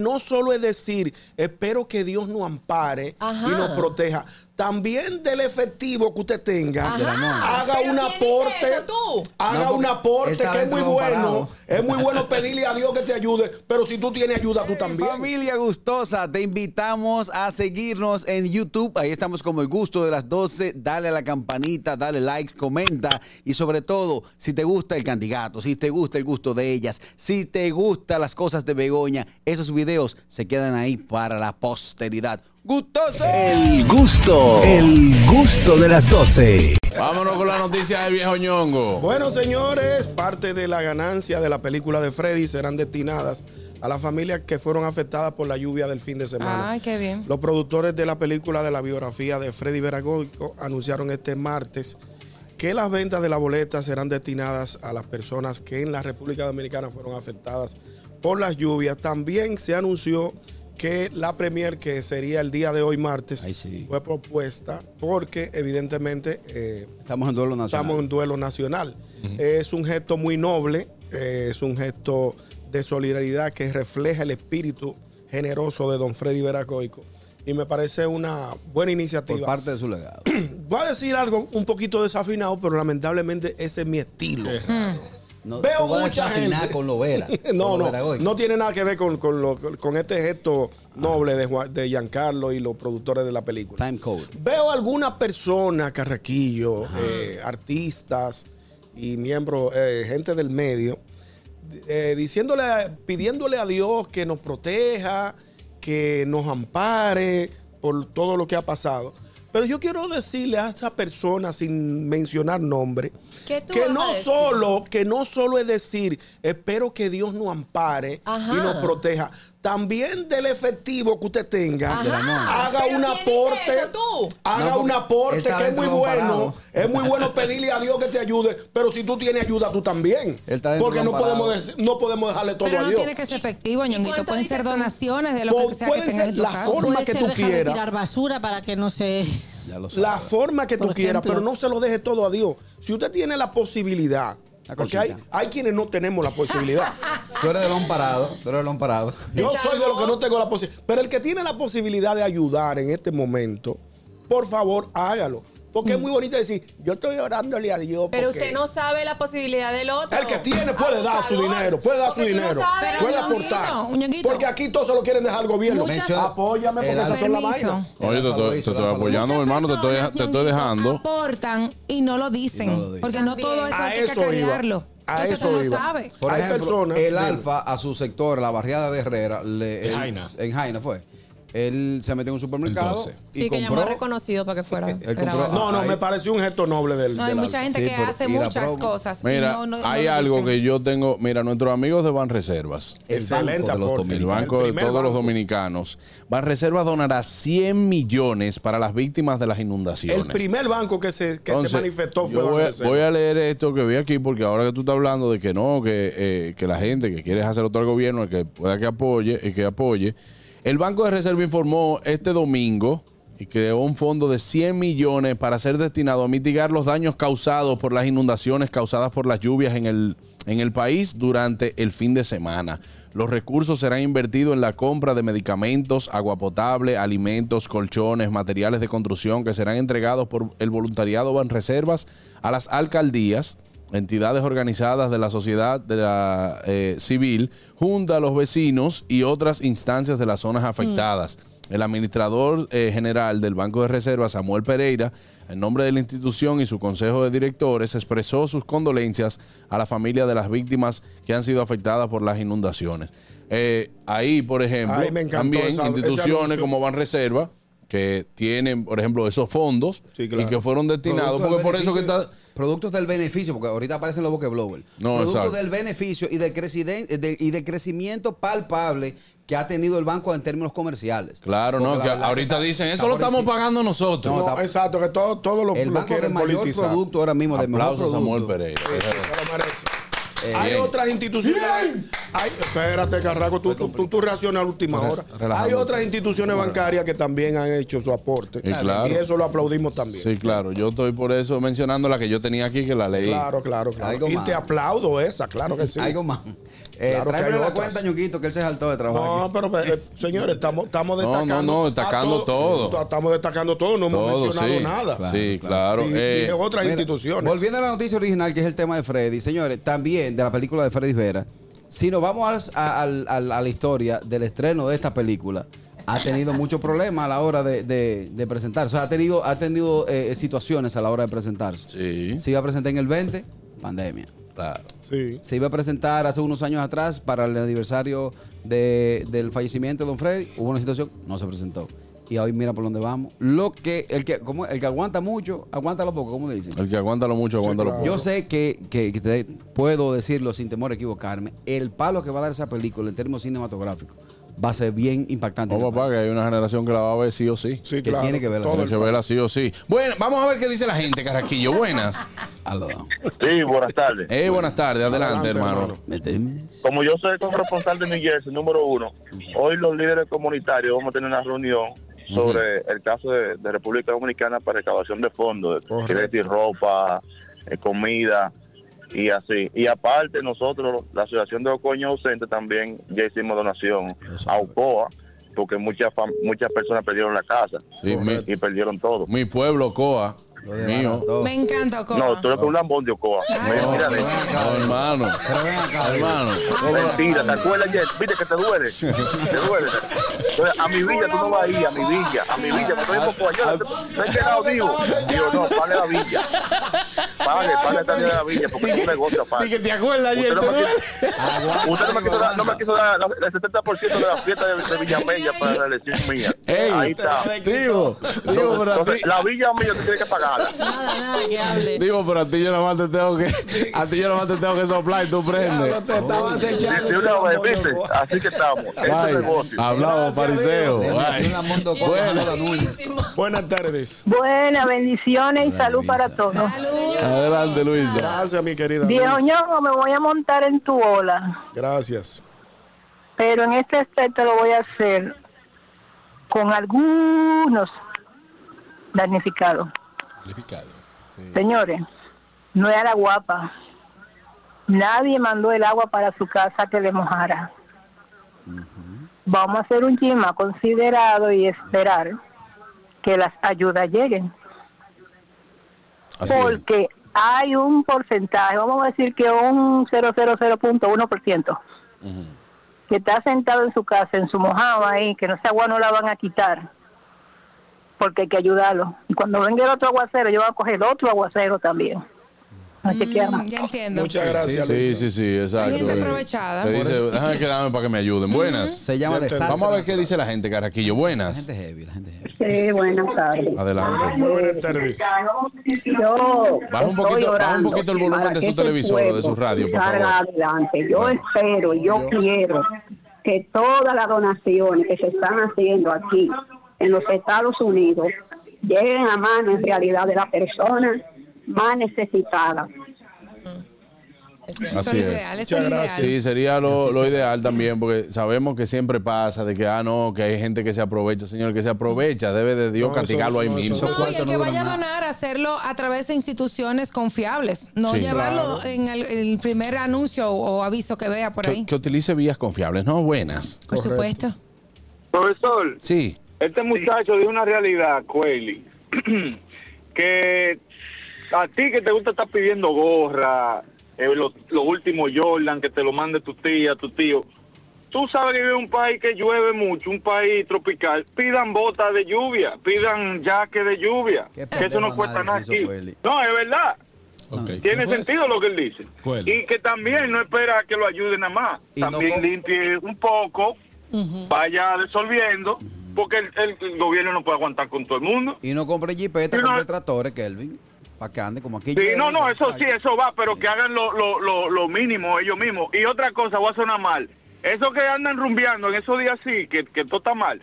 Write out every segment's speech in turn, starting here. no solo es decir, espero que Dios nos ampare Ajá. y nos proteja, también del efectivo que usted tenga, Del amor. haga ¿Pero un quién dice aporte, eso, tú? haga No, un porque aporte él está que es dentro muy de un bueno, parado. es muy bueno pedirle a Dios que te ayude, pero si tú tienes ayuda, tú también. Familia gustosa, te invitamos a seguirnos en YouTube. Ahí estamos como el gusto de las 12. Dale a la campanita, dale like, comenta. Y sobre todo, si te gusta el candidato, si te gusta el gusto de ellas, si te gustan las cosas de Begoña, esos videos se quedan ahí para la posteridad. ¡Gustoso! Eh. El gusto, el gusto de las 12. Vámonos con la noticia del viejo ñongo. Bueno, señores, parte de la ganancia de la película de Freddy serán destinadas a las familias que fueron afectadas por la lluvia del fin de semana. Ay, qué bien. Los productores de la película de la biografía de Freddy Veragónico anunciaron este martes que las ventas de la boleta serán destinadas a las personas que en la República Dominicana fueron afectadas por las lluvias. También se anunció que la premier que sería el día de hoy martes Ay, sí. fue propuesta porque evidentemente eh, Estamos en duelo nacional. estamos en duelo nacional. Es un gesto muy noble, eh, es un gesto de solidaridad que refleja el espíritu generoso de don Freddy Veracoico. Y me parece una buena por iniciativa. parte de su legado. Voy a decir algo un poquito desafinado, pero lamentablemente ese es mi estilo. No, Veo tú vas a mucha desafinar gente. con lo vera. No, con lo no, veragoico. no tiene nada que ver con, con lo- con este gesto noble de, Juan- de Giancarlo y los productores de la película. Time code. Veo algunas personas, carrequillos, eh, artistas y miembros, eh, gente del medio, eh, diciéndole, a- pidiéndole a Dios que nos proteja, que nos ampare por todo lo que ha pasado. Pero yo quiero decirle a esa persona, sin mencionar nombre, ¿Qué tú que vas no a decir? solo, que no solo es decir, espero que Dios nos ampare Ajá. y nos proteja, también del efectivo que usted tenga, Del amor. haga ¿Pero un quién dice aporte, eso, tú? haga No, un porque aporte él está que es dentro muy de un bueno, parado. es muy bueno pedirle a Dios que te ayude, pero si tú tienes ayuda tú también, Él está dentro porque de un no podemos, parado. dec- no podemos dejarle todo Pero a no Dios. tiene que ser efectivo, ¿Y ñonguito. cuánto Pueden dices ser tú? donaciones de lo Po- que sea que pueden tengas ser en tu la casa. forma Puede que ser tú dejar de quieras. tirar basura para que no se... Ya lo sabes. La forma que tú Por quieras, ejemplo. pero no se lo deje todo a Dios. Si usted tiene la posibilidad, La porque hay, cosita. hay quienes no tenemos la posibilidad. Tú eres del parado. Tú eres del parado. Yo salvó. soy de los que no tengo la posibilidad. Pero el que tiene la posibilidad de ayudar en este momento, por favor, hágalo. Porque es muy bonito decir, yo estoy orándole a Dios. Mm. Pero porque usted no sabe la posibilidad del otro. El que tiene Ah, puede dar su Abusador. dinero, puede dar su Porque tú no dinero, sabes. puede Pero, ñonguito, aportar. ñonguito. Porque aquí todos se lo quieren dejar al gobierno. Muchas- Menciona- Apóyame porque el- esas son la Permiso. vaina. Oye, te estoy, te estoy apoyando, Muchas hermano, te estoy, personas, te estoy ñonguito, dejando. Aportan y no lo dicen. Y no lo dicen. Porque no todo eso A hay que eso iba. cacarearlo. A Entonces eso tú no iba. sabes. Por Hay ejemplo, personas- el Dime. Alfa a su sector, la barriada de Herrera, le- En él- Jaina. en Jaina fue. Él se metió en un supermercado Entonces. y Sí, que llamó compró. reconocido para que fuera. compró- grabado. No, no, Ahí. me pareció un gesto noble del. No, hay del mucha alma. gente Sí, que por- hace y la muchas promo. cosas. y Mira, no- no- no hay lo algo dicen. que yo tengo. Mira, nuestros amigos de Banreservas, El Excelente banco de los aporte. el dominicanos. banco de primer todos los banco. dominicanos, Banreservas donará 100 millones para las víctimas de las inundaciones. El primer banco que se, que Entonces, se manifestó fue yo voy, a- Banreserva. voy a leer esto que vi aquí porque ahora que tú estás hablando de que no, que, eh, que la gente que quiere hacer otro al gobierno, el que pueda que apoye, y que apoye. El Banco de Reserva informó este domingo y creó un fondo de 100 millones para ser destinado a mitigar los daños causados por las inundaciones causadas por las lluvias en el, en el país durante el fin de semana. Los recursos serán invertidos en la compra de medicamentos, agua potable, alimentos, colchones, materiales de construcción que serán entregados por el voluntariado Banreservas a las alcaldías, entidades organizadas de la sociedad de la, eh, civil, junto a los vecinos y otras instancias de las zonas afectadas. El administrador eh, general del Banco de Reservas, Samuel Pereira, en nombre de la institución y su consejo de directores, expresó sus condolencias a la familia de las víctimas que han sido afectadas por las inundaciones. Eh, ahí, por ejemplo, Ay, me encantó también esa- ese instituciones anuncio. como Banreserva, que tienen, por ejemplo, esos fondos Sí, claro. y que fueron destinados, Productos porque del por eso que beneficio- está... Productos del beneficio, porque ahorita aparecen los blower. No, productos exacto. del beneficio y del, creciden- eh, de- y del crecimiento palpable que ha tenido el banco en términos comerciales. Claro, Porque no, la que verdad ahorita está- dicen, está eso lo por estamos encima. pagando nosotros. No, está- exacto, que todo, todo lo, El lo banco de quieren mayor politizar. producto ahora mismo, de mejor Aplausos a producto. Samuel Pereira. Sí, se lo merece. Eh, hay bien. otras instituciones. Hay, espérate, Carraco, tú, tú, tú, tú reaccionas a la última Re- hora. relajándote. Hay otras instituciones bancarias que también han hecho su aporte. Sí, claro. Y eso lo aplaudimos también. Sí, claro, yo estoy por eso mencionando la que yo tenía aquí, que la leí. Claro, claro, claro. Algo y más. te aplaudo esa, claro que sí. Algo más. Eh, Claro que tráemele hay la otras. cuenta, ñoquito, que él se saltó de trabajar. No, pero eh, señores, estamos, estamos No, no, destacando. no, a destacando todo. to- Estamos destacando todo, no hemos Todo, mencionado sí. nada. sí, claro. Y- Eh, y otras Mira, instituciones. Volviendo a la noticia original, que es el tema de Freddy, señores, también de la película de Freddy Vera. Si nos vamos a, a- a- a- a la historia del estreno de esta película, ha tenido muchos problemas a la hora de, de- de presentarse. O sea, ha tenido, ha tenido eh, situaciones a la hora de presentarse. sí, Se iba a presentar en el 20, pandemia. claro. Sí. Se iba a presentar hace unos años atrás para el aniversario de- del fallecimiento de Don Freddy. Hubo una situación, no se presentó. Y hoy mira por dónde vamos. Lo que, el que, como el que aguanta mucho, aguanta lo poco, como dicen. El que aguanta lo mucho, aguanta lo claro. poco. Yo sé que, que- que te- puedo decirlo sin temor a equivocarme. El palo que va a dar esa película en términos cinematográficos va a ser bien impactante. No, Oh, papá, que hay una generación que la va a ver sí o sí. Sí, Que claro. tiene que ver la todo Tiene el- que verla sí o sí. Bueno, vamos a ver qué dice la gente, Carraquillo. Buenas. Aló. Sí, buenas tardes. Eh, buenas tardes. Adelante, Adelante, hermano. hermano. ¿Me temes? Como yo soy corresponsal de New Jersey, número uno, hoy los líderes comunitarios vamos a tener una reunión sobre el caso de, de República Dominicana para recaudación de fondos, Correcto. quiere decir ropa, eh, comida y así. Y aparte nosotros, la Asociación de Ocoño Ausente también ya hicimos donación a UCOA porque muchas fam- muchas personas perdieron la casa Sí, mi, y perdieron todo. mi pueblo, Coa. Lo de Mío. Barató. Me encanta, Ocoa. No, tú eres un lambón de Ocoa. No, Mentira, de- no, hermano. Pero ven acá, Hermano. Mentira, ¿te acuerdas, Jet? Viste que te duele. Te duele. Entonces, a mi villa tú no vas a ir, a mi villa, a mi villa. Me estoy por Yo no he quedado vivo. Digo, no, pague la villa. Pague, pague también la villa, porque es un negocio aparte. te acuerdas Usted no me quiso- Aguanta, usted no me quiso dar, no me quiso dar la- el 70% de la fiesta de, de Villamella para la elección mía. Ahí está. Digo, digo, pero a ti. Entonces, la villa mía tú tienes que pagarla. Nada, nada, que hable. Digo, pero a ti yo nada más te tengo que. A ti yo nada más te tengo que soplar y tú prendes. te estabas echando. De una vez, ¿viste? Así que estamos. Este Ay, negocio. hablamos, Gracias a fariseo. Dios. Ay. Una mondo con- Bueno. Buenísimo. Buenas tardes. Buenas bendiciones y salud para todos. Saludos. Adelante, Luisa. Gracias, mi querida. Viejo Luis. ñongo, me voy a montar en tu ola, Gracias. pero en este aspecto lo voy a hacer con algunos damnificados. Señores, no era guapa. Nadie mandó el agua para su casa que le mojara. Vamos a hacer un chima considerado y esperar que las ayudas lleguen. Así es. porque hay un porcentaje, vamos a decir que un 000.1% que está sentado en su casa, en su mojado ahí, que no ese agua no la van a quitar, porque hay que ayudarlo. Y cuando venga el otro aguacero, yo voy a coger el otro aguacero también. Así que Mm, ya entiendo. Muchas gracias, Sí, Luisa. sí, sí, exacto. Eh, Hay gente aprovechada. Le dice, déjame quedarme para que me ayuden. Buenas. Se llama Ya entendí. desastre. Vamos a ver qué dice la gente, Carraquillo. La Buenas. gente heavy, la gente heavy. Sí, buenas tardes. Adelante. Muy buenas tardes. Yo Baja un poquito- estoy baja un orando poquito el volumen para de que su este televisor o de pueblo su radio, por salga favor. adelante. Yo espero, yo quiero que todas las donaciones que se están haciendo aquí en los Estados Unidos lleguen a mano en realidad de las personas más necesitadas. Eso es lo Así es. ideal, eso es lo Muchas ideal. gracias. Sí, sería lo, lo ideal también, porque sabemos que siempre pasa de que, ah, no, que hay gente que se aprovecha. Señor, el que se aprovecha, debe de Dios No, eso- castigarlo ahí no, eso mismo. Los No, y cuartos el no que duran vaya a nada. donar, hacerlo a través de instituciones confiables. No Sí. llevarlo en el, el primer anuncio o, o aviso que vea por Que, ahí. que utilice vías confiables, no buenas. Por supuesto. Profesor, Sí. este muchacho dijo una realidad, Cueli, que a ti que te gusta estar pidiendo gorra, eh, los los últimos Jordan, que te lo mande tu tía, tu tío. Tú sabes que vive en un país que llueve mucho, un país tropical. Pidan botas de lluvia, pidan jaque de lluvia. Qué Que eso no pendejo cuesta nada análisis aquí. hizo Cueli. No, es verdad. Tiene ¿Quién fue ese? sentido lo que él dice. Cueli. Y que también no espera que lo ayude nada más. Y no también co- limpie un poco, vaya disolviendo, porque el, el- el gobierno no puede aguantar con todo el mundo. Y no compre jipeta, Sí, no. compre tractores, Kelvin. Para que ande como aquí. Sí, llueve, no, no, se eso saca. sí, eso va, pero que hagan lo, lo, lo, lo mínimo ellos mismos. Y otra cosa, voy a sonar mal. Eso que andan rumbeando en esos días sí, que, que todo está mal,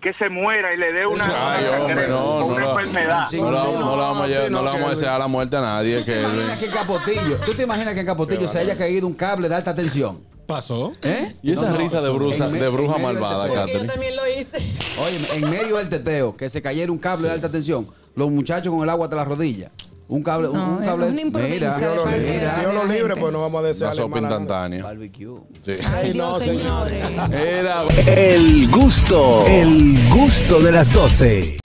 que se muera y le dé una, Ay, una hombre, sangre no, o no una la- enfermedad. no la vamos- no la vamos a llevar- no la vamos a Kelvin. desear a la muerte a nadie, ¿Tú te imaginas que que en Capotillo, ¿tú te imaginas que en Capotillo se haya caído un cable de alta tensión? ¿Pasó? ¿Eh? Y esa risa de bruja, En me- de bruja en medio este del malvada, teteo. Que yo Catherine. también lo hice. Oye, en medio del teteo, que se cayera un cable de alta tensión, los muchachos con el agua hasta la rodilla. Un cable, un, No, un es cable. una imprudencia mira, de Dios los parte de libre, la- Dios de los la libre, gente. pues no vamos a Una desear sopa instantánea. Barbecue. Sí. Ay, Ay, no, Dios, señores. señores. Era. El gusto, el gusto de las 12.